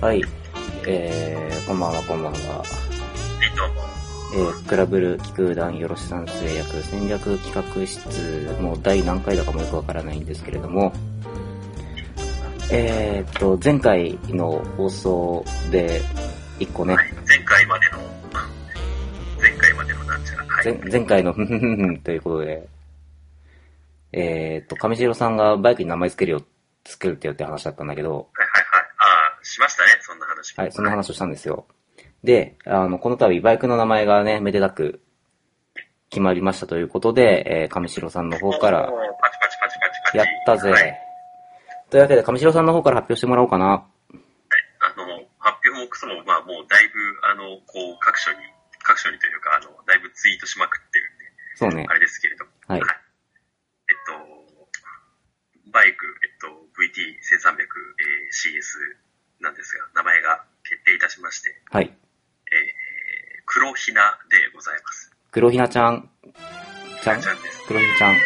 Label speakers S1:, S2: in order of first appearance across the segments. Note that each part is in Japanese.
S1: はい。えー、こんばんは、こんばんは。
S2: はい、どうも。
S1: えー、クラブル気空団よろしさん制約戦略企画室、もう第何回だかもよくわからないんですけれども、えーっと、前回の放送で、一個ね
S2: は、い、前回までの、前回までのなんちゃら、はい。
S1: 前前回の、ふふふんということで、えーっと、上白さんがバイクに名前つけるよ、つけるってよって話だったんだけど、
S2: はいはいはい。ああ、しましたね、そんな話。
S1: はい、そんな話をしたんですよ。で、あの、この度、バイクの名前がね、めでたく決まりましたということで、えー、上白さんの方から
S2: お、ーパチパチパチパチパチ。
S1: やったぜ
S2: はい。。
S1: というわけで、上白さんの方から発表してもらおうかな。
S2: あの、発表もクソも、まあもうだいぶ、あの、こう、各所に、各所にというか、あの、だいぶツイートしまくってるんで、
S1: そうね
S2: あ。れですけれども。
S1: はい。
S2: えっと、バイク、えっと、VT1300CS、CS なんですが、名前が決定いたしまして、
S1: はい。
S2: えー、黒ひなでございます。
S1: 黒ひなちゃん、ちゃん
S2: ちゃんです。
S1: 黒ひなちゃん。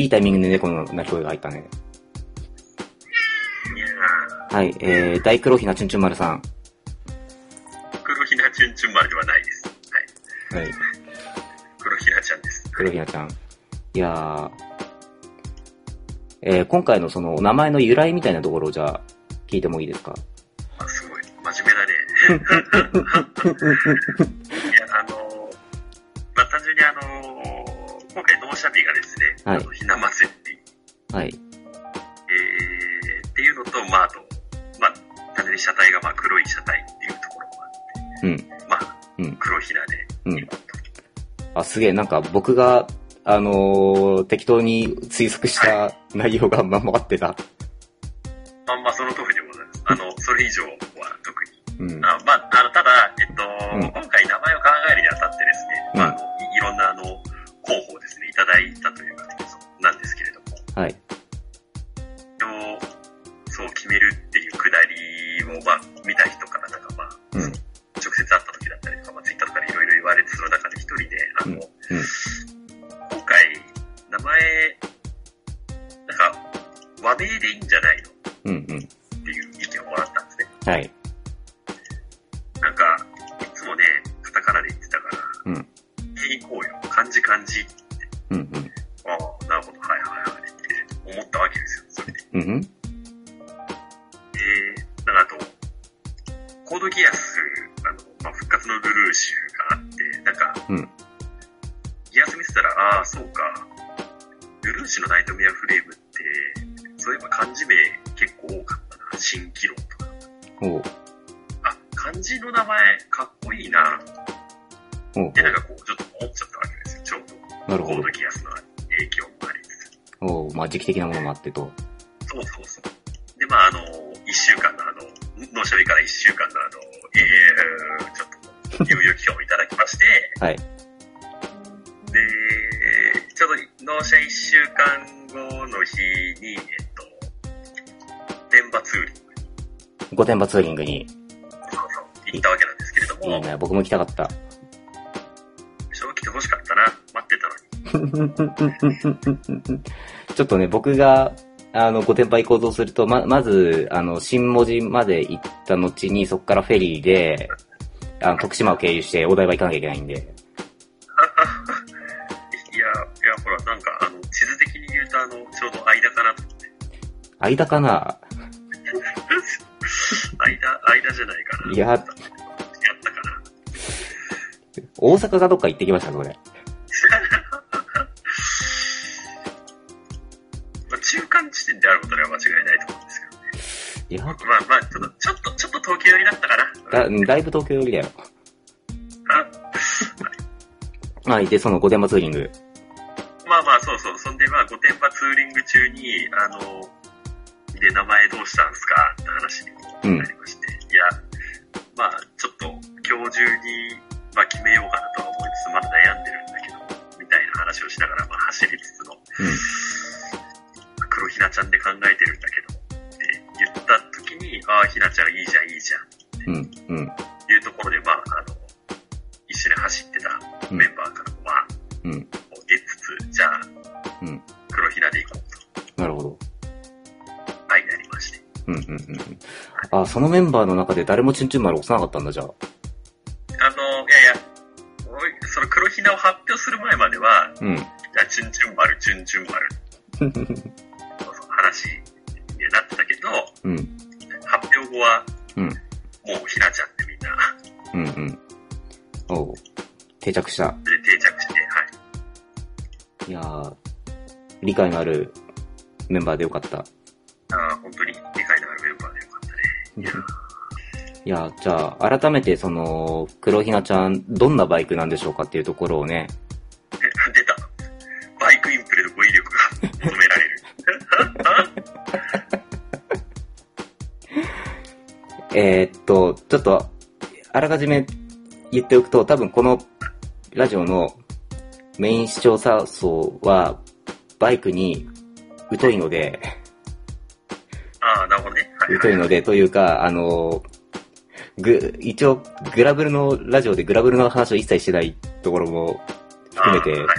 S1: いいタイミングで猫の鳴き声が入ったね。
S2: いや
S1: はい、えー、大黒ひなちゅんちゅん丸さん。は
S2: ー黒ひなちゅんちゅん丸ではないです。はい。
S1: い。
S2: 黒ひなちゃんです。
S1: 黒ひなちゃん。いやー、えー、今回のその、名前の由来みたいなところをじゃあ、聞いてもいいですか
S2: あ、すごい。真面目だね。いや、あの、まあ、単純にあの、今回納車日がですね、
S1: はい
S2: あのひな祭り、
S1: はい。
S2: えー、っていうのと、まあ、あと、まあ、単純に車体がまあ黒い車体っていうところもあ
S1: うん。
S2: って、まあ、
S1: うん
S2: 黒ひなで、
S1: うん。あ、すげえ、なんか僕が、あのー適当に推測 した内容がまんま合ってた。
S2: まあまあ、その通りでございます。あの、それ以上は特に。
S1: うん。
S2: あまあ、あのただ、えっと、
S1: うん
S2: 今回名前を考えるにあたってですね、
S1: うん
S2: まあ、あのいいろんなあの候補をですね、いただいたというか、そうなんですけれども、
S1: はい。
S2: それをそう決めるっていうくだりを、まあ、見た人から、なんかまあ、
S1: うん。
S2: 直接会った時だったりとか、まあ、ツイッターとかでいろいろ言われて、その中で一人で、あの、
S1: うんうん
S2: 今回、名前、なんか、和名でいいんじゃないの
S1: うん。うん。
S2: っていう意見をもらったんですね。
S1: はい。
S2: なんか、いつもね、カタカナで言ってたから、
S1: うん。
S2: 行こうよ、漢字漢字。
S1: うん。
S2: ああ、なるほど、はいはいはいって思ったわけですよ、それで。
S1: うん。うん。
S2: で、なんかあと、コードギアス、あの、まあ、復活のブルーシュがあって、なんか、
S1: うん
S2: ギアス見てたら、ああ、そうか、ブルーシュのナイトメアフレームって、そういえば漢字名結構多かったな、新機能とか。
S1: おう。
S2: あ、漢字の名前かっこいいな、っ
S1: おう
S2: て。なんかこう、ちょっと思っちゃったわけですよ、ちょう
S1: なる
S2: ど。コ
S1: ほ
S2: ードギアスの影響もありつつ。
S1: ど。おう。まあ、時期的なものもあってと。
S2: そうそうそう。で、まあ、あの、一週間のあの、納車日から一週間のあの、えー、ちょっと、猶予期間をいただきまして、
S1: はい。
S2: で、ちょうど納車一週間後の日に、えっと、電波ツーリングに
S1: 御殿場ツーリングに。
S2: そうそう行ったわけなんですけれど
S1: いい
S2: も、
S1: ね。僕も行きたかった。
S2: 正直来て欲しかったな、待ってたのに。
S1: ちょっとね、僕が、あの、御殿場行こうとすると、ま、まず、あの、新文字まで行った後に、そこからフェリーで、あの、徳島を経由して、お台場行かなきゃいけないんで。
S2: いや、いや、ほら、なんか、あの、地図的に言うと、あの、ちょうど間かなと思って。
S1: 間かな
S2: 間、間じゃないかな。
S1: いや
S2: やったかな。
S1: 大阪かどっか行ってきました、それ。
S2: まあ、中間地点であることには間違いないと思うんですけど、
S1: いや、
S2: まあまあ、ちょっと、ちょっと、ちょっと東京寄りだったかな。
S1: だ、だいぶ東京寄りだよ。
S2: あ
S1: はい、で、その御殿場ツーリング。
S2: まあまあ、そうそう。そんで、まあ、御殿場ツーリング中に、あの、で、名前どうしたんですかって話にもなりまして、いや、まあ、ちょっと、今日中に、まあ、決めようかなとは思いつつ、まだ悩んでるんだけど、みたいな話をしながら、まあ、走りつつの、黒ひなちゃんで考えてるんだけど、って言った時に、ああ、ひなちゃんいいじゃん、いいじゃ
S1: うん、う
S2: ん、
S1: ん、うん、
S2: っていうところで、まあ、あの、一緒に走ってたメンバーから、まあ、
S1: うん、
S2: を得つつ、じゃあ、
S1: うん
S2: 黒ひなで行こうと、
S1: なるほど。
S2: はい、なりまして。
S1: うん、うん、うんうん。あ、そのメンバーの中で誰もチュンチュン丸押さなかったんだ、じゃあ。
S2: あの、いやいや、おいその黒ひなを発表する前までは、
S1: うん。
S2: じゃあ、チュンチュン丸、チュンチュン丸、そうそう話になってたけど、
S1: うん。
S2: 発表後は、
S1: うん
S2: もうひなちゃんってみんな、
S1: うんうん。おう定着した。
S2: で定着して、はい。
S1: いやー、理解のあるメンバーでよかった。
S2: あー本当に理解のあるメンバーでよかったね。
S1: いやー、じゃあ、改めてその、黒ひなちゃん、どんなバイクなんでしょうかっていうところをね、
S2: え出た。バイクインプレの語彙力が求められる。
S1: えーっと、ちょっと、あらかじめ言っておくと、多分このラジオのメイン視聴者層は、バイクに疎いので、
S2: ああ、なるほどね。はい、
S1: 疎いので、というか、あの、ぐ、一応、グラブルの、ラジオでグラブルの話を一切してないところも含めて、
S2: あーはいはいはい。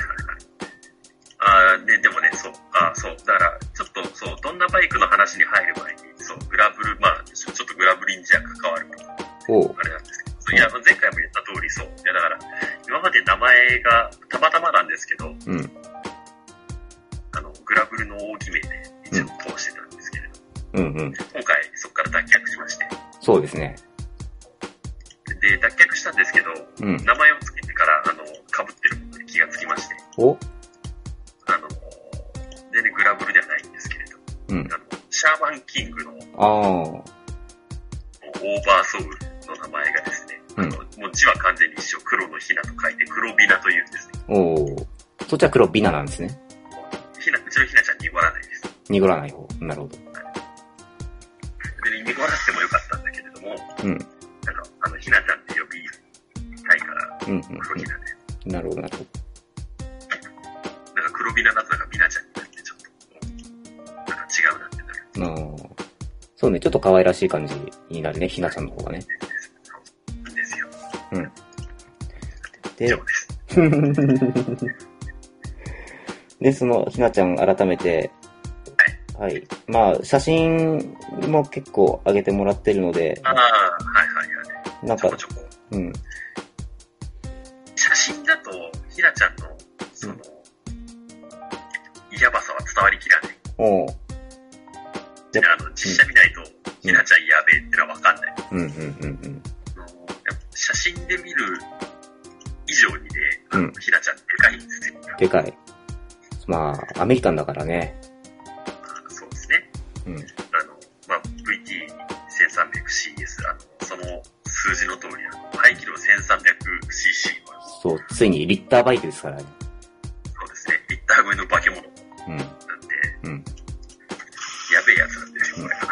S2: あーで、でもね、そう。あーそう。だから、ちょっと、そう、どんなバイクの話に入る前に、そう、グラブル、まあ、ちょちょっとグラブリンジャー関わること
S1: を、
S2: あれなんですけど、そういや、まあ前回も言った通り、そう。いや、だから、今まで名前が、たまたまなんですけど、
S1: うん、
S2: あの、グラブルの大きめで、一応通してたんですけれ
S1: う
S2: ど、
S1: ん、うん。
S2: 今回、そこから脱却しまして、
S1: そうですね。
S2: で、脱却したんですけど、
S1: うん。
S2: 名前をつけてから、あの、被ってることに気がつきまして、
S1: お
S2: あの、全然グラブルではないんですけれど、
S1: うん。
S2: あの、シャーマンキングの
S1: ああ、
S2: オーバーソウルの名前がですね、
S1: うん
S2: あのもう字は完全に一緒、黒のひなと書いて、黒びなというんですね。
S1: おーそっちは黒ビナなんですね。
S2: ひな、うちのひなちゃん濁らないです。
S1: 濁らない方。なるほど。
S2: 別に濁らなくてもよかったんだけれども、
S1: うん、
S2: なんか、あの、ひなちゃんって呼びたいから、
S1: うん、うん。
S2: 黒ひなで、
S1: うんなるほど、なるほど。
S2: なんか黒びなだとなんかみなちゃんになって、ちょっと、なんか違うなってなる。
S1: あーそうね、ちょっと可愛らしい感じになるね、ひなちゃんの方がね。
S2: んですよ。以
S1: で
S2: 上、です。
S1: で、その、ひなちゃん改めて、はい。まあ、写真も結構上げてもらってるので、
S2: ああ、はいはいはい。
S1: なん
S2: ちょ
S1: か
S2: こ、ちょこ。
S1: うん、
S2: 写真だと、ひなちゃんの、その、やばさは伝わりきらない。
S1: おうやっ
S2: あの、実写見ないと、ひなちゃんやべえってのはわかんない。
S1: うん、うん、うん、うん。
S2: あのやっぱ写真で見る以上にね、あの
S1: うん
S2: ひなちゃんでかいんですよ。
S1: でかい。まあ、アメリカンだからね。
S2: そうですね。
S1: うん、
S2: あの、まあ、VT1300CS、あの、その数字の通り、あの、排気量 1300cc は、
S1: そう、ついにリッターバイクですからね。
S2: そうですね、リッター超えの化け物なんで、
S1: うん、うん。
S2: やべえやつなんですよ、これが。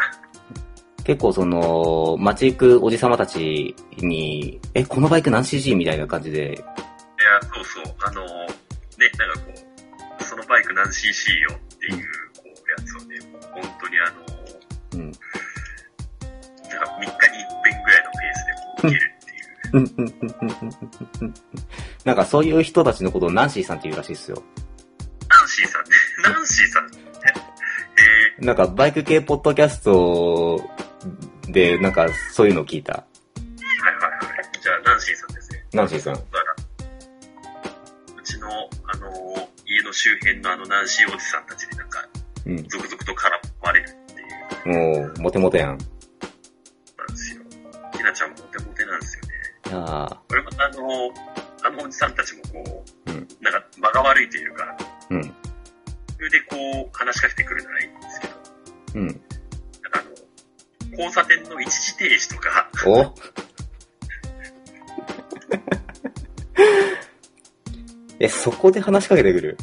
S1: 結構その、街行くおじさまたちに、え、このバイク何 CG? みたいな感じで、
S2: いや、そうそう、あの、ね、なんかこう、そのバイク何 cc よっていう、こう、やつをね、もう本当にあ
S1: う
S2: の、
S1: ん。
S2: なんか3日に1遍ぐらいのペースでこう、受けるっていう。
S1: なんかそういう人たちのことをナンシーさんって言うらしいですよ。
S2: ナンシーさんね、ナンシーさんね、え
S1: なんかバイク系ポッドキャストで、なんかそういうのを聞いた。
S2: ー、はいはいはい。じゃあ、ナンシーさんですね。
S1: ナンシーさん。
S2: だから、うちの、あの、家の周辺のあの、ナンシーおじさんたちになんか、
S1: うん。
S2: 続々と絡まれるってい
S1: も
S2: う、
S1: う、モテモテやん。
S2: なんですよ。ひなちゃんもモテモテなんですよね。
S1: いやー
S2: これまたあの、あのおじさんたちもこう、
S1: うん
S2: なんか間が悪いというか、
S1: うん。
S2: それでこう話しかけてくるならいいんですけど、
S1: うん。
S2: なんかあの、交差点の一時停止とか、
S1: お え、そこで話しかけてくる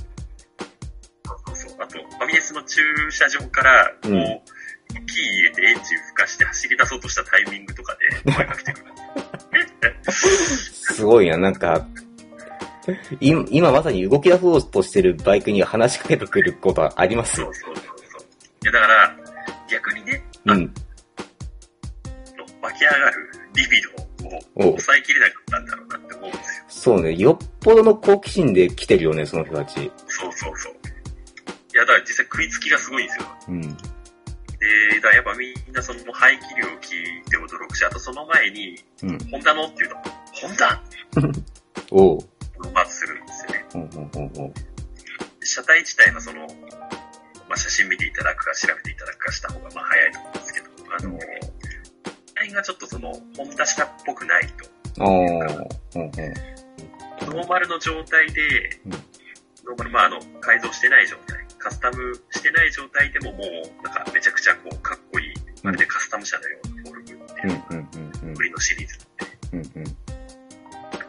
S2: そうそうあと、ファミレスの駐車場から、こう、
S1: うん
S2: キー入れてエンジン吹かして走り出そうとしたタイミングとかで声かけ てくる。
S1: すごいな、なんか、い今まさに動き出そうとしてるバイクには話しかけてくることはあります
S2: そ
S1: よ。
S2: うそうそうそう。いや、だから、逆にね、
S1: う
S2: あの
S1: ん。
S2: 湧き上がるリビドを
S1: おう
S2: 抑えきれなかったんだろうなって思うんですよ。
S1: そうね、よっぽどの好奇心で来てるよね、その人たち。
S2: そうそうそう。いや、だから実際食いつきがすごいんですよ。
S1: うん。
S2: で、だがやっぱみんなその排気量を聞いて驚くし、あとその前に、
S1: うん。
S2: ホンダのっていうと、ホンダ
S1: おう。
S2: をまずするんですよね。
S1: ほうほうほうほう。
S2: 車体自体はその、まあ、写真見ていただくか調べていただくかした方がまあ早いと思うんですけど、あの、車体がちょっとその、ホンダ車っぽくないと。
S1: ああ、うんうん。
S2: ノーマルの状態で
S1: うん、
S2: ノーマル、まあ、あの、改造してない状態、カスタムしてない状態でももう、なんかめちゃくちゃこう、かっこいい、まるでカスタム車のようなフォルムって
S1: う
S2: い
S1: ん
S2: う、
S1: うんうんうん
S2: 売りのシリーズ。
S1: うんうん。
S2: やっ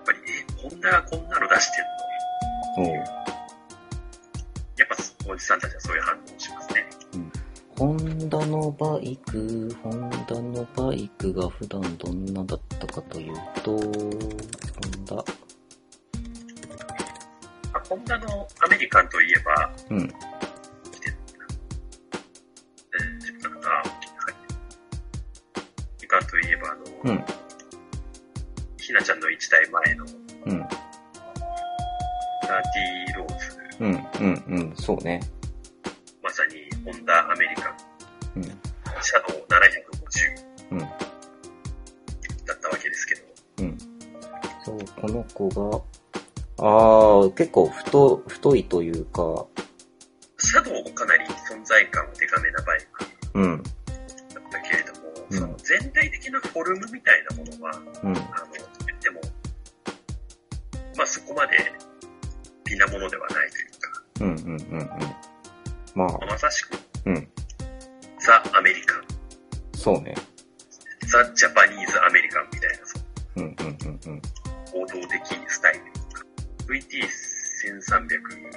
S2: ぱり、え、ホンダがこんなの出してんの
S1: おう。
S2: やっぱ、おじさんたちはそういう反応をしますね。
S1: ホンダのバイク、ホンダのバイクが普段どんなだったかというと、ホンダ。
S2: あホンダのアメリカンといえば、
S1: うん。
S2: えー自分が、はい。アメリカンといえば、あ
S1: う
S2: の、
S1: ん。
S2: ひなちゃんの1台前の
S1: うん。
S2: ダーティーローズ、
S1: うん。うん。うん。そうね。
S2: まさにホンダアメリカン
S1: うん。
S2: シャドウ750
S1: うん。
S2: だったわけですけど、
S1: うん。そう、この子が、ああ、結構太、太いというか、
S2: シャドウもかなり存在感はデカめなバイク
S1: うん。
S2: だったけれども、
S1: うん
S2: その全体的なフォルムみたいなものは、
S1: うん。
S2: あの、言っても、まあそこまで美なものではないという
S1: うん。うん。うん。うん。まあ
S2: か、、まさしく
S1: うん。
S2: ザ・アメリカン、
S1: そうね。
S2: ザ・ジャパニーズ・アメリカンみたいな、そ
S1: うん。うん。うん。うん。
S2: の王道的スタイルというか。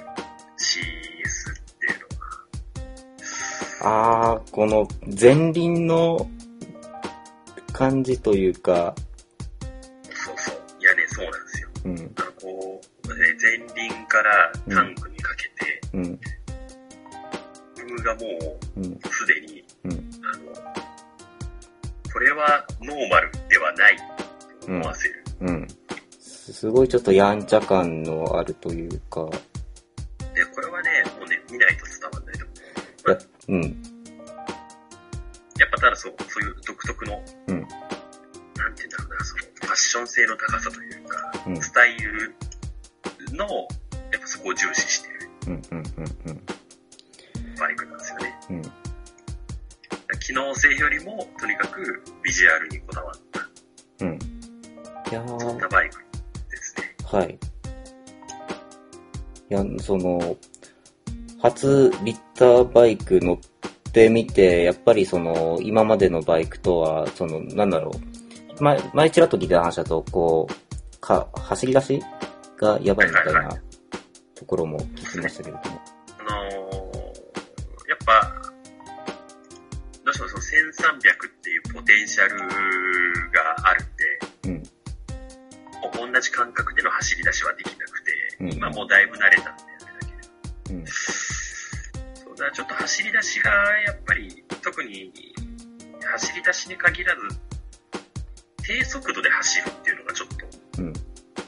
S2: VT1300CS っていうのは、
S1: ああ、この前輪の感じというか、
S2: そうそう、いやね、そうなんですよ。
S1: うん。
S2: あのこう、ね前輪からタンクにかけて、
S1: うん。
S2: ブーがも
S1: うん。
S2: うすでに、
S1: うん
S2: あの、これはノーマルではないと思わせる。
S1: うん。すすごいちょっとやんちゃ感のあるというか、
S2: で、これはね、もうね、見ないと伝わんないと思う。
S1: やうん。
S2: やっぱただそう、そういう独特の、
S1: うん
S2: なんて言うんだろうな、その、ファッション性の高さというか、
S1: うん。
S2: スタイルの、やっぱそこを重視している
S1: うん。うん。うん。
S2: バイクなんですよね。
S1: うん。
S2: 機能性よりも、とにかくビジュアルにこだわった、
S1: うん。いや
S2: そん
S1: ー
S2: なバイクですね。
S1: はい。いや、その、初ビッターバイク乗ってみて、やっぱりその、今までのバイクとは、その、なんだろう。前、前ちらっと聞いた話だと、こう、か、走り出しがやばいみたい
S2: はいはい
S1: なところも聞きましたけれども。
S2: あのーやっぱ、どうしてもその1300っていうポテンシャルがあるんで、
S1: うん。
S2: 同じ感覚での走り出しはできなくて、
S1: うん
S2: 今もうだいぶ慣れたんで、あれだけど。
S1: うん。
S2: そうだ、ちょっと走り出しが、やっぱり、特に、走り出しに限らず、低速度で走るっていうのがちょっと、
S1: うん。
S2: バイク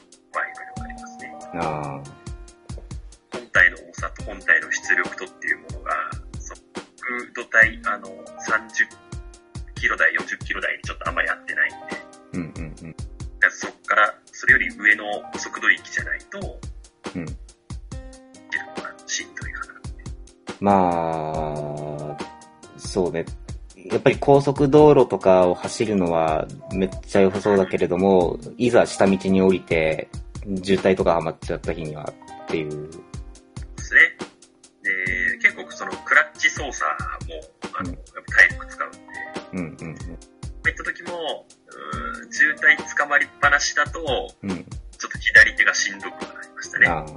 S2: ではありますね。
S1: ああ。
S2: 本体の重さと本体の出力とっていうものが、その速度帯、あの、30キロ台、40キロ台にちょっとあんまり合ってないんで、だか
S1: うんうんうん。
S2: らそこから、それより上の速度域じゃないと、
S1: うん。
S2: 出るのがしんどいかな。
S1: まあ、そうね。やっぱり高速道路とかを走るのはめっちゃ良さそうだけれども、いざ下道に降りて、渋滞とかハマっちゃった日にはっていう。
S2: ですね。で、結構そのクラッチ操作も、あの、
S1: うん
S2: やっぱ体力使うんで、こ
S1: うんうん
S2: ういった時も、うーん渋滞捕まりっぱなしだと、ちょ
S1: うん。うん。
S2: っと左手がしんどくなりましたね。
S1: ああ。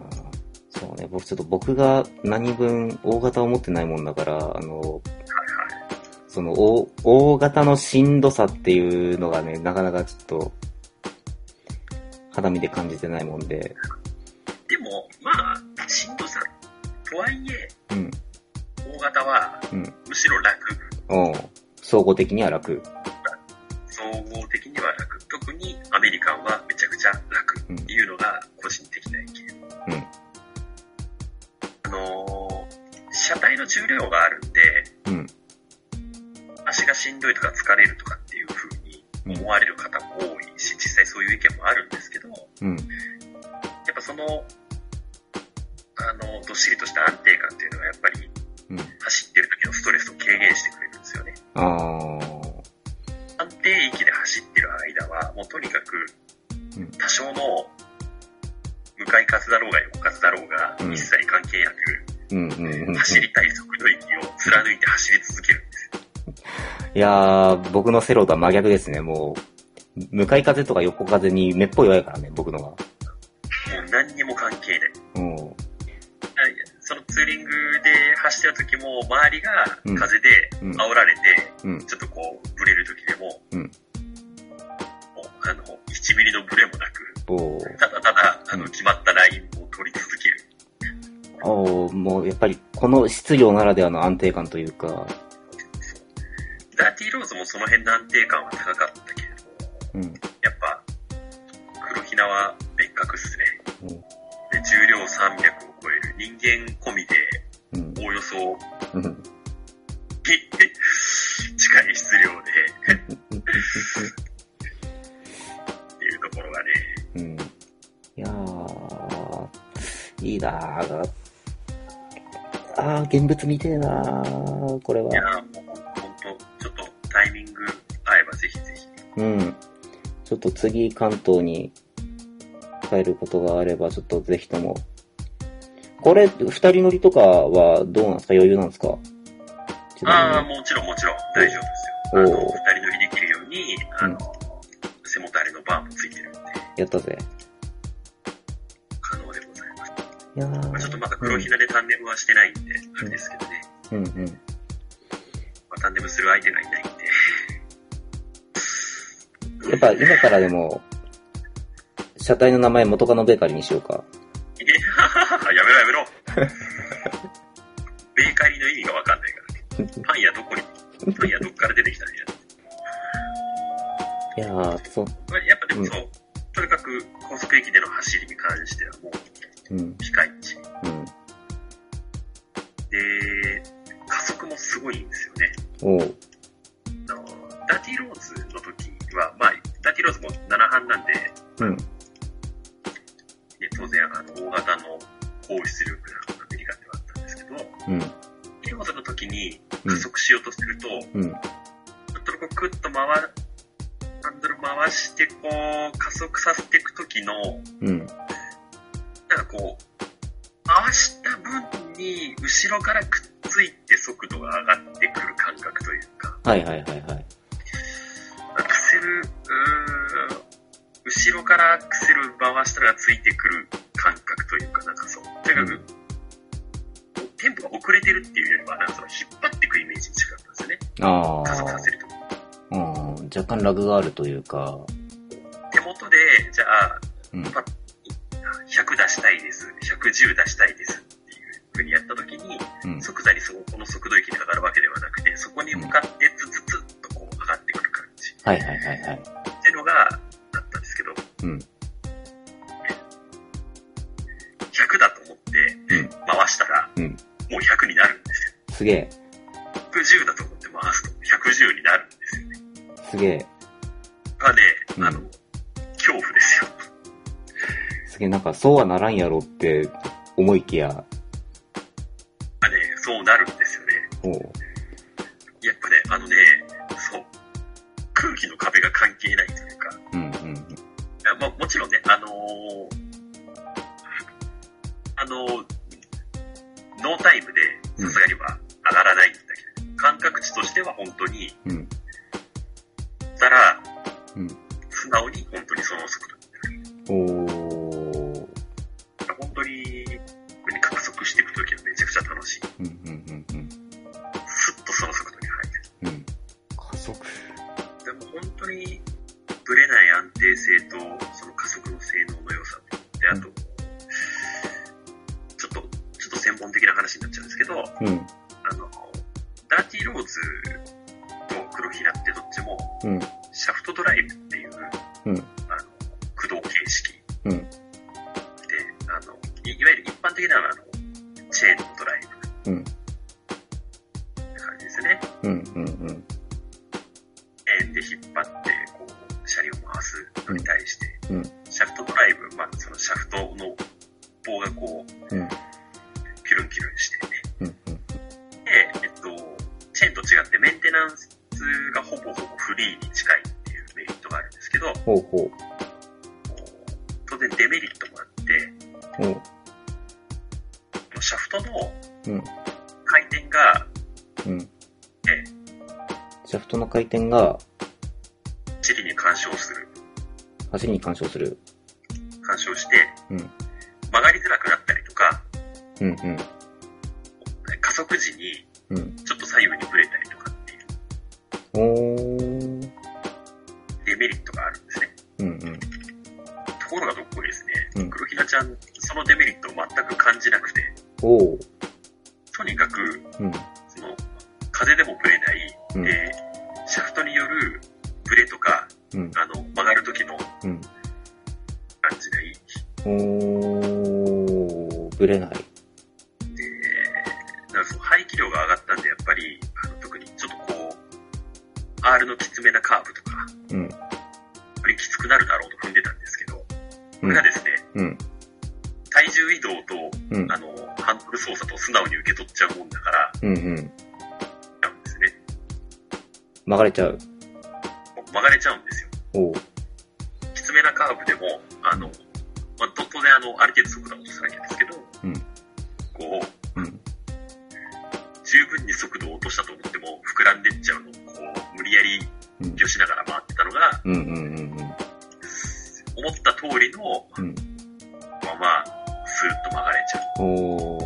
S1: そうね。僕ちょっと僕が何分大型を持ってないもんだから、あの、
S2: はいはい。
S1: その大大型のしんどさっていうのがね、なかなかちょっと、肌身で感じてないもんで。
S2: でも、まあ、しんどさ、とはいえ、
S1: うん。
S2: 大型は
S1: うん。
S2: むしろ楽。
S1: うん。総合的には楽。
S2: 総合的には楽。特にアメリカンはめちゃくちゃ楽
S1: うん
S2: っていうのが個人的な意見。
S1: うん。
S2: あのー車体の重量があるんで、
S1: うん。
S2: まあそういう意見もあるんですけど、や
S1: うん。
S2: っぱその、あの、どっしりとした安定感っていうのがやっぱり
S1: うん。
S2: 走ってる時のストレスを軽減してくれるんですよね。
S1: あ
S2: 安定域で走ってる間は、もうとにかく
S1: うん、
S2: 多少の向かい風だろうが横風だろうが、
S1: うん
S2: 一切関係なく、
S1: ー。うんうんうんうん。
S2: 走りたい速度域を貫いて走り続ける。
S1: いやー、僕のセロとは真逆ですね。もう、向かい風とか横風にめっぽい弱いからね、僕のは。
S2: もう何にも関係ない。
S1: うん。
S2: そのツーリングで走ってる時も、周りが
S1: うん
S2: 風で煽られて、
S1: うん。
S2: ちょっとこう、ブレる時でも、
S1: うん
S2: もう、あの、1ミリのブレもなく、
S1: おー
S2: ただただ、あの、
S1: うん
S2: 決まったラインを取り続ける。
S1: おーもうやっぱりこの質量ならではの安定感というか、
S2: ダーティーローズもその辺の安定感は高かったけれど、
S1: うん。
S2: やっぱ、黒ひなは別格っすね。
S1: うん
S2: で、重量300を超える人間込みで、
S1: うん。
S2: おおよそ、
S1: うん。
S2: 近い質量で、っていうところがね、。
S1: うん。いやー、いいなー。あー、現物見てえなー、これはい
S2: やーもう本当、ちょっとタイミング合えばぜひぜひ。
S1: うん。ちょっと次関東に帰ることがあれば、ちょっとぜひとも。これ、二人乗りとかはどうなんですか余裕なんですかち
S2: ああ、
S1: なみに
S2: もちろんもちろん大丈夫ですよ。あの、
S1: おー
S2: 二人乗りできるように、あの、
S1: うん
S2: 背もたれのバーもついてるんで、
S1: やったぜ。
S2: 可能でございます。
S1: いや
S2: まあ、
S1: ー
S2: ちょっとまだ黒ひなでタンデムはしてないんで、あれですけどね。
S1: うんうん。
S2: まあ、タンデムする相手がいないんで。
S1: やっぱ今からでも、車体の名前元カノベーカリーにしようか。
S2: いややめろやめろ。 ベーカリーの意味がわかんないから。パン屋どこに、パン屋どっから出てきたんや。
S1: いやー、そう。
S2: まあやっぱでもそう、とにかく高速駅での走りに関してはもう、
S1: うん、
S2: ピカイチ。
S1: うん。
S2: で、加速もすごいんですよね。
S1: おう、
S2: あのダーティーローズの時は、まあ、ダーティーローズも7班なんで、ね、
S1: うん、
S2: 当然、あの、大型の高出力なアメリカではあったんですけど、ダー
S1: うん、
S2: ティーローズの時に
S1: う
S2: 加
S1: ん、
S2: 速しようとすると、
S1: うん、
S2: ちょっとこう、クッと回、ハンドル回して、こう、加速させていく時の、
S1: うん。
S2: なんかこう、回した分に後ろからくっついて速度が上がってくる感覚というか、
S1: はいはいはいはい。
S2: アクセル、うーん後ろからアクセル回したらついてくる感覚というか、なんかそう、とにかく、テンポが遅れてるっていうよりは、なんかその引っ張ってくイメージに近かったんですよね。
S1: あ
S2: 加速させると。
S1: あ、うん、若干ラグがあるというか、
S2: 手元で、じゃあ、
S1: うん、
S2: パッと100出したいです、110出したいですっていう風にやった時に、
S1: うん。
S2: 即座にそこの速度域に上がるわけではなくて、そこに向かってツツツッとこう上がってくる感じっ
S1: はいはいはいはい。
S2: ていうのがあったんですけど、
S1: うん、
S2: 100だと思って
S1: うん、
S2: 回したら、
S1: うん
S2: もう100になるんですよ。
S1: すげえ、
S2: 110だと思って回すと110になるんですよね。
S1: すげえ、
S2: がね、
S1: うん
S2: あの、恐怖ですよ。
S1: すげえ、なんかそうはならんやろって思いきや、
S2: がね、そうなるんですよね。
S1: おう、
S2: やっぱね、あのね、そう、空気の壁が関係ないというか、
S1: うん、うん、
S2: いやももちろんね、あのーあのーノータイムでさすがには上がらないんだけど、感覚値としては本当に、
S1: うん、
S2: たら、
S1: うん。
S2: 素直に本当にその速度。
S1: おー、
S2: 本当に、加速していくときはめちゃくちゃ楽しい。
S1: うん、うん、うん、うん、
S2: スッとその速度に入
S1: うん。加速。
S2: る。でも本当に、ぶれない安定性と、その加速の性能の良さと、で、あと、ちょっと、ちょっと専門的な話になっちゃうんですけど、
S1: うん、
S2: あの、ダーティーローズと黒ひなってどっちも、
S1: うん、
S2: シャフトドライブっていう、
S1: うん
S2: あの、駆動形式で、
S1: うん、
S2: あの、いいわゆる一般的なあの、チェーンのドライブ。
S1: うん
S2: って感じですね。
S1: うん、うん、うん、
S2: チェーンで引っ張って、こう、車輪を回すのに対して、
S1: ほうほう。
S2: 当然デメリットもあって、
S1: ほう。
S2: シャフトの
S1: うん。
S2: 回転が
S1: うん。
S2: え
S1: シャフトの回転が
S2: チリに干渉する。
S1: 走りに干渉する。
S2: 干渉して、
S1: うん。
S2: 曲がりづらくなったりとか、
S1: うん
S2: 加速時に
S1: うん。うん。
S2: ちょっと左右にブレたりとかっていう
S1: おー。
S2: デメリットがあるんですね。
S1: うんうん。
S2: ところがどっこいですね、
S1: うん
S2: 黒ひなちゃん、そのデメリットを全く感じなくて、
S1: おー。
S2: とにかく、
S1: うん。
S2: その、風でもブレない、
S1: うん。
S2: えーシャフトによるブレとか、
S1: うん。
S2: あの、曲がる時
S1: う
S2: の
S1: ん。
S2: 感じがいい。
S1: おー。ぶれない。
S2: で、だからその排気量が上がったんで、やっぱり、あの特にちょっとこう、R のきつめなカーブとか、
S1: うん。
S2: やっぱりきつくなるだろうと踏んでたんですけど、こ
S1: う
S2: れ
S1: ん
S2: が。ですね、
S1: うん。
S2: 体重移動と、
S1: うん
S2: あ。の、ハンドル操作と素直に受け取っちゃうもんだから、
S1: うんうん。
S2: なんですね。
S1: 曲がれちゃう。
S2: もう曲がれちゃうんですよ。
S1: おー。
S2: きつめなカーブでも、あの、まあ、ど当然あの、ある程度速度は落とさなきゃですけど、
S1: うん
S2: こう、
S1: うん。
S2: 十分に速度を落としたと思っても、膨らんでっちゃうのを、こう、無理やり
S1: うん。
S2: 寄しながら回ってたのが、
S1: うんうんうんうん。
S2: 思った通りの
S1: うん。
S2: まま、スーッと曲がれちゃう。
S1: おー。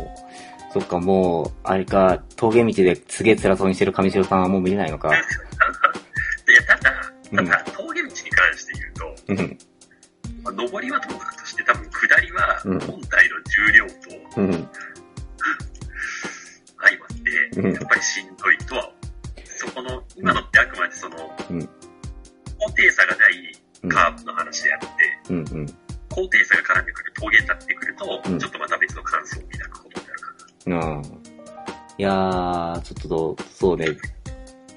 S1: そっか、もう、あれか、峠道ですげえ辛そうにしてる上白さんはもう見れないのか。
S2: で、ただ、
S1: うん
S2: ただ、峠道に関して言う
S1: う
S2: と、
S1: ん。
S2: まあ、上りはともかくとして、多分下りは、
S1: うん
S2: 本体の重量と
S1: うん。
S2: 相まって、
S1: うん
S2: やっぱりしんどいとは思う。そこの、今のってあくまでその、
S1: うん
S2: 高低差がない
S1: うん。
S2: カーブの話であって、
S1: うんうん。
S2: 高低差が絡んでくる峠になってくると、
S1: うん
S2: ちょっとまた別の感想を抱くことになるか
S1: うん。いやー、ちょっとどう、そうね、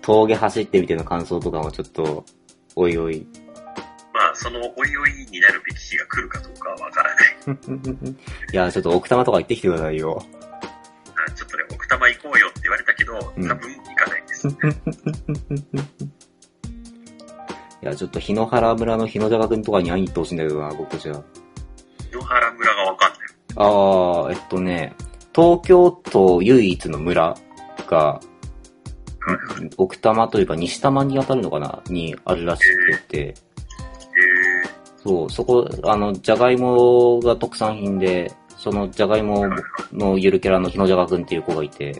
S1: 峠走ってみての感想とかはちょっと、おいおい。
S2: ら。まあ、その、おいおいになるべき日が来るかどうかはわからない。
S1: いやー、ちょっと奥多摩とか行ってきてくださいよ。
S2: あちょっとね、奥多摩行こうよって言われたけど、多
S1: うん
S2: 分行かないです。
S1: いや、ちょっと日野原村の日野坂くんとかに会いに行ってほしいんだけどな、僕とじゃあ。
S2: 野原村がわかんない。
S1: あー、えっとね、東京都唯一の村が、
S2: はいはい。
S1: 奥多摩というか西多摩に当たるのかなにあるらしくて、
S2: えー、
S1: そう、そこ、あの、じゃがいもが特産品で、そのじゃがいものゆるキャラの日野じゃがくんっていう子がいて、
S2: え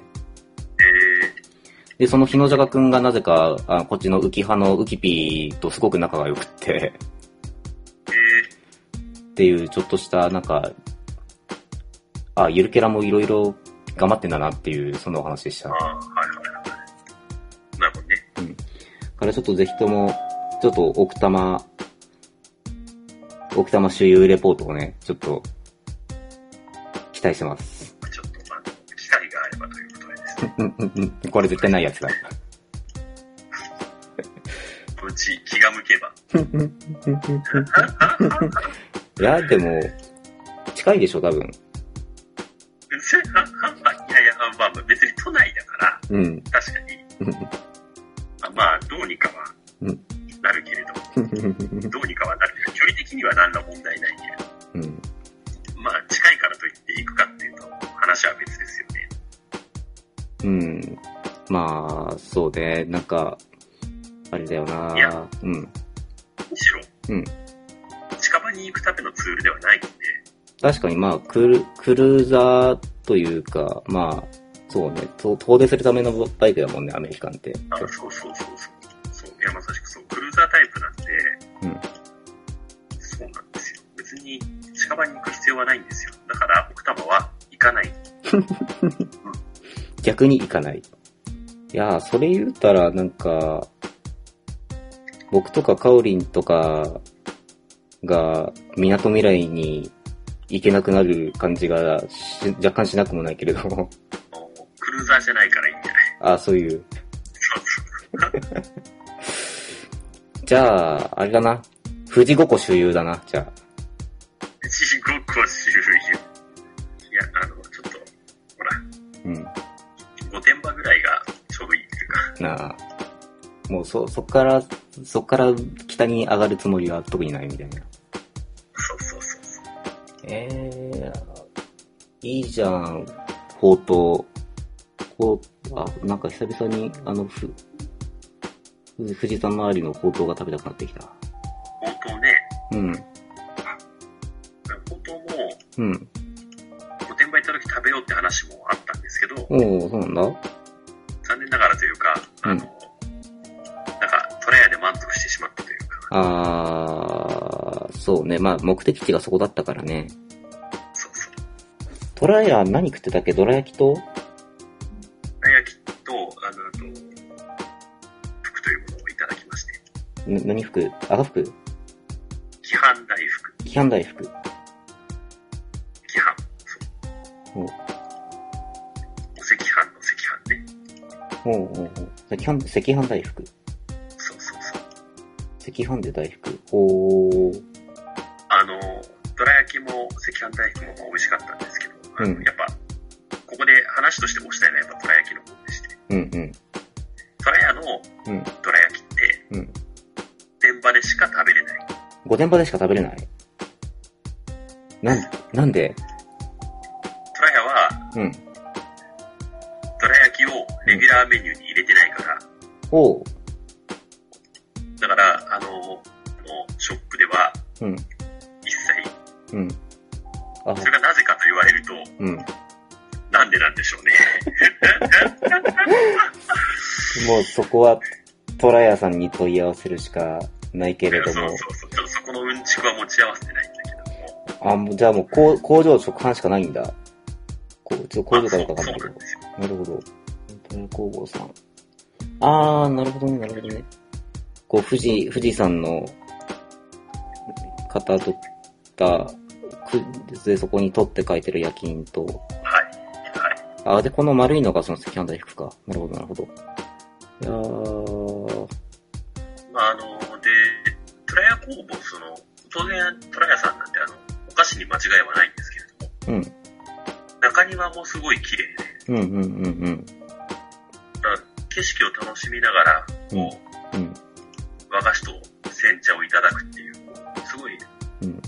S2: ー、
S1: で、その日野じゃがくんがなぜか、あこっちの浮き派の浮きピーとすごく仲が良くって、
S2: え
S1: っていうちょっとした、なんか、あ、ゆるキャラもいろいろ頑張ってんだなっていう、そんなお話でし
S2: ー、
S1: た。
S2: あ
S1: だ
S2: あ、はいはいはい。なるほどね。
S1: からちょっとぜひとも、ちょっと奥多摩、奥多摩周遊レポートをね、ちょっと、期待してます。
S2: まあちょっと、あの、機会があればということでですね、
S1: うんうんうん。 これ絶対ないやつだ。
S2: このうち気が向けば。
S1: いや、でも、近いでしょ、多分。
S2: いやいや、まあまあ、別に都内だから、
S1: うん。
S2: 確かに、あまあ、どうにかは
S1: うん
S2: なるけれど、どうにかはなるけど、距離的には何ら問題ないけれ
S1: う
S2: ど、
S1: ん。
S2: まあ、近いからといって行くかっていうと、話は別ですよね。
S1: うん。まあ、そうね、なんか、あれだよ
S2: いや
S1: なうん。
S2: むしろ、
S1: うん
S2: 近場に行くためのツールではないんで、
S1: 確かにまあ、クル、クルーザーというか、まあ、そうね、と遠出するためのバイクだもんね、アメリカンって。
S2: あそうそうそうそう。そう、いや、まさしくそう、クルーザータイプなんで、
S1: うん
S2: そうなんですよ。別に近場に行く必要はないんですよ。だから、奥多摩は行かない。
S1: 逆に行かない。いやー、それ言うたら、なんか、僕とかカオリンとかが、港未来に行けなくなる感じがし若干しなくもないけれど も、
S2: あのクルーザーじゃないからいいんじゃない
S1: あー、そういう。
S2: そうそう。
S1: じゃあ、あれだな。富士五湖周遊だな、じゃ
S2: 地獄を周遊。いや、あの、ちょっと、ほら、
S1: あ。うん。
S2: 御殿場ぐらいがちょうどいいっていうか、
S1: なあ。もうそ、そっから、そっから北に上がるつもりは特にないみたいな。
S2: そうそうそうそう。
S1: ええいいじゃん、ほうとう。ほう、あ、なんか久々に、あの、ふ、ふ富士山周りのほうとうが食べたくなってきた。
S2: ほうとうね、
S1: うん、
S2: ほうとうも、
S1: うん。
S2: 御殿場行った時食べようって話もあったんですけど、
S1: おおそうなんだ。
S2: 残念ながらというか、あの、なんか、トライアで満足してしまったというか、
S1: あー、そうね。まあ、目的地がそこだったからね。
S2: そうそう。
S1: トラヤ何食ってたっけどら焼きと
S2: たい焼きと、あの、あと、服というものをいただきまして、
S1: な何服赤服
S2: 規範大福、
S1: 規範大服
S2: 規範、そう。
S1: おう
S2: お赤飯の赤飯ね。
S1: おうおうおう赤飯、赤飯大福。
S2: そうそうそう。
S1: 赤飯で大福。おー。
S2: あの、どら焼きも赤飯大福もまあ美味しかったんですけど、あの
S1: うん
S2: やっぱ、ここで話として推したいのはやっぱどら焼きの方でして、
S1: うんうん。
S2: どら屋の
S1: うん
S2: どら焼きって、
S1: うん。
S2: 電場でしか食べれない。
S1: 御殿場でしか食べれないなん、なんで
S2: どら屋は、
S1: うん。
S2: どら焼きをレギュラーメニューに入れてないから、
S1: おう。
S2: だから、あの、もうショップでは
S1: うん。
S2: 一切、
S1: うん。あ、
S2: それがなぜかと言われると、
S1: うん。も
S2: なんでなんでしょうね。
S1: うそこは、トラヤさんに問い合わせるしかないけれ
S2: そ
S1: ど
S2: うそう
S1: も。
S2: そう。ちょっとそこのうんちくは持ち合わせてないんだけども、
S1: あ、もうじゃあもう工工場直販しかないんだ。こうちょっと工場かどうかわかん
S2: そ
S1: な
S2: う
S1: いけ
S2: な
S1: ど
S2: ん。ですよ。
S1: なるほど。トラ工房さん。あー、なるほどね、なるほどね。こう、富士、富士山の方とった、くで、そこに取って書いてる夜勤と、
S2: はい。はい。
S1: あー、で、この丸いのがその赤飯大福か。なるほど、なるほど。いやー、
S2: まあ、あの、で、トラヤ工房、その、当然、トラヤさんなんて、あの、お菓子に間違いはないんですけれども、
S1: うん、
S2: 中庭もすごい綺麗で、
S1: うん、うん、うん、
S2: だから景色を楽しみながら、こう、
S1: うん、うん、
S2: 和菓子と煎茶をいただくっていう、こうすごい、
S1: うん。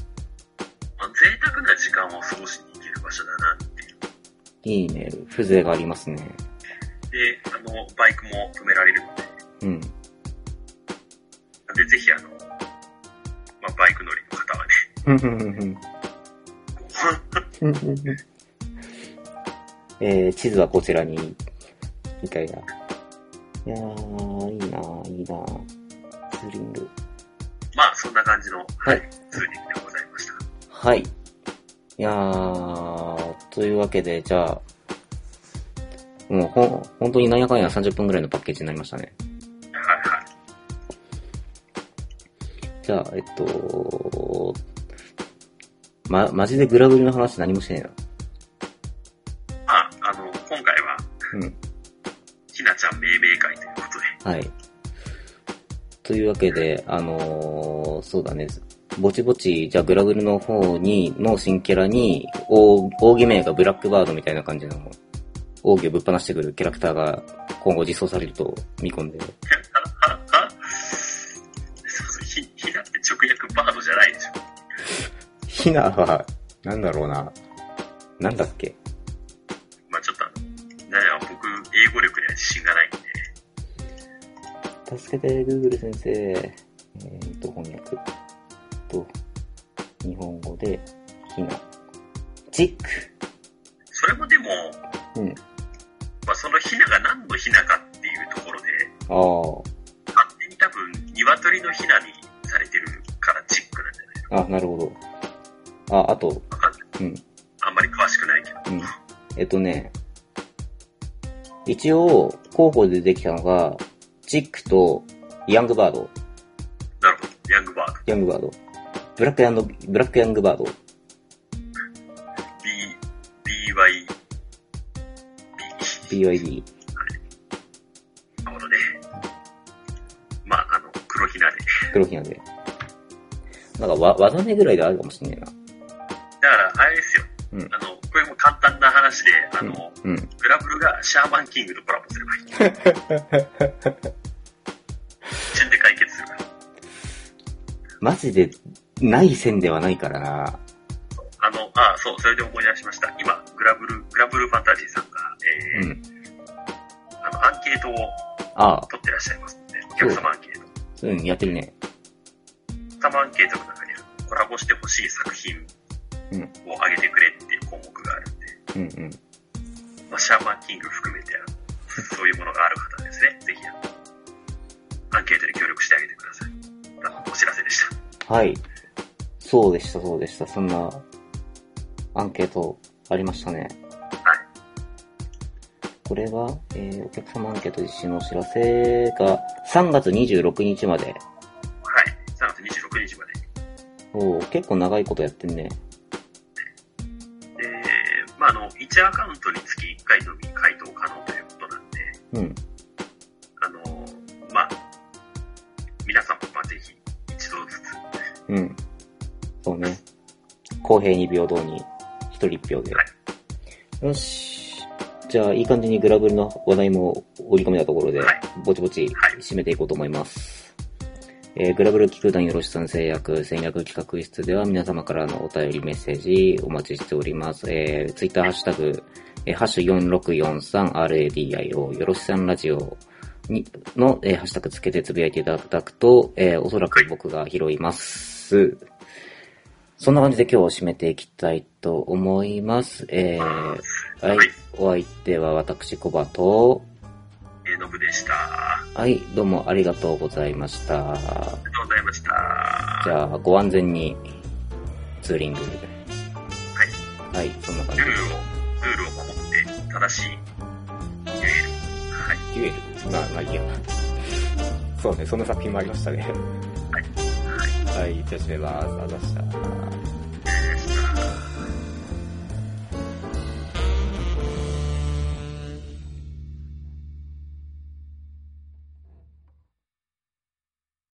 S2: まあ、贅沢な時間を過ごしに行ける場所だなっていう。
S1: いいね、風情がありますね。
S2: で、あの、バイクも止められるので、
S1: うん。
S2: なんで、ぜひ、あの、まあ、バイク乗りの方はね、
S1: ふんふんふんふん
S2: こ
S1: うんうんうん えー、地図はこちらに、みたいな。いやー、いいなー、いいなー。ツーリング。
S2: う、まあ、そんな感じの、は
S1: はい
S2: い、ツーリングでございました。
S1: はい。いやー、というわけで、じゃあ、もうほん、本当になんやかんや30分ぐらいのパッケージになりましたね。
S2: はいはい。
S1: じゃあ、えっと、ま、マジでグラブルの話何もしてね
S2: まあ、あの、今回は、
S1: えな。うん。
S2: ひなちゃん命名会ということで、
S1: はい。というわけで、あのーそうだね。ぼちぼち、じゃあグラグルの方に、の新キャラに、大奥義名がブラックバードみたいな感じの、奥義をぶっ放してくるキャラクターが今後実装されると見込んで。
S2: あ、あ、そうそう、ひ、ひなって直訳バードじゃないでしょ。
S1: ヒナは、なんだろうな。なんだっけ
S2: まあちょっとあの、なんや僕、英語力には自信がないんで、
S1: 助けて、グーグル先生。えーっと、翻訳と、日本語で、ヒナ。チ
S2: それもでも、
S1: ック。うん。
S2: まあそのひなが何のひなかっていうところで、
S1: ああ。
S2: 勝手に多分、鶏のひなにされてるからチックなんじゃない
S1: あ、なるほど。あ、あと、
S2: わかんない。
S1: うん、
S2: あんまり詳しくないけど。
S1: うん。えっとね、一応、候補でできたのが、チックとヤングバード。
S2: なるほど。ヤングバード。
S1: ヤングバード。ブラックヤング、ブラックヤングバード。
S2: B、BY、B。
S1: BYD。
S2: なるほどね。まあ、あの、黒ひなで。
S1: 黒ひなで。なんか、わ、技目ぐらいであるかもしんねえな。
S2: だから、あれですよ。
S1: うん
S2: あの、これも簡単な話で、あの、
S1: うん。
S2: グラブルがシャーマンキングとコラボすればいい。一瞬で解決するから。
S1: マジでない線ではないからな。
S2: あの、ああ、そう、それで思い出しました。今、グラブル、グラブルファンタジーさんが、えー
S1: うん。
S2: あの、アンケートを
S1: ああ、
S2: 取ってらっしゃいますので、お客様アンケート。
S1: うん、やってるね。
S2: お客様アンケートの中にあのコラボしてほしい作品
S1: うん
S2: を上げてくれっていう項目があるんで、
S1: うんうん。
S2: まあ、シャーマンキング含めて、あのそういうものがある方ですね。ぜひ、あのアンケートに協力してあげてください。あのお知らせでした。
S1: はい。そうでした、そうでした。そんな、アンケートありましたね。
S2: はい。
S1: これは、えー、お客様アンケート実施のお知らせが、3月26日まで。
S2: はい。3月26日まで。
S1: おー結構長いことやってんね。
S2: で、まあ、あの、1アカウントにつき1回のみ回答可能ということなんで、
S1: うん。
S2: あの、まあ、皆さんもまあぜひ一度ずつ、
S1: うん。そうね。公平に平等に、一人一票で。
S2: は
S1: よし。じゃあ、いい感じにグラブルの話題も織り込めたところで
S2: はい、
S1: ぼちぼち
S2: はい
S1: 締めていこうと思います。えーグラブル聞く団よろしさん制約戦略企画室では皆様からのお便りメッセージお待ちしております。えー、ツイッターハッシュタグ、えーハッシュ 4643RADIO よろしさんラジオにの、えーハッシュタグつけてつぶやいていただくと、えーおそらく僕が拾います。そんな感じで今日を締めていきたいと思います。えー、はい
S2: はい。
S1: お相手は私、コバと、
S2: えー、ノブでした。あ
S1: はい、どうもありがとうございました。
S2: りがとうございました。
S1: じゃあ、ご安全に、ツーリング。はい。はい、そんな感じ
S2: ルールを、ルールを守って、正しい、言え
S1: デュ
S2: る。はい。
S1: エルまあ、まあいいや。そうね、そんな作品もありましたね。
S2: はい。
S1: はい、じゃあ、締めます。ありがとうございました。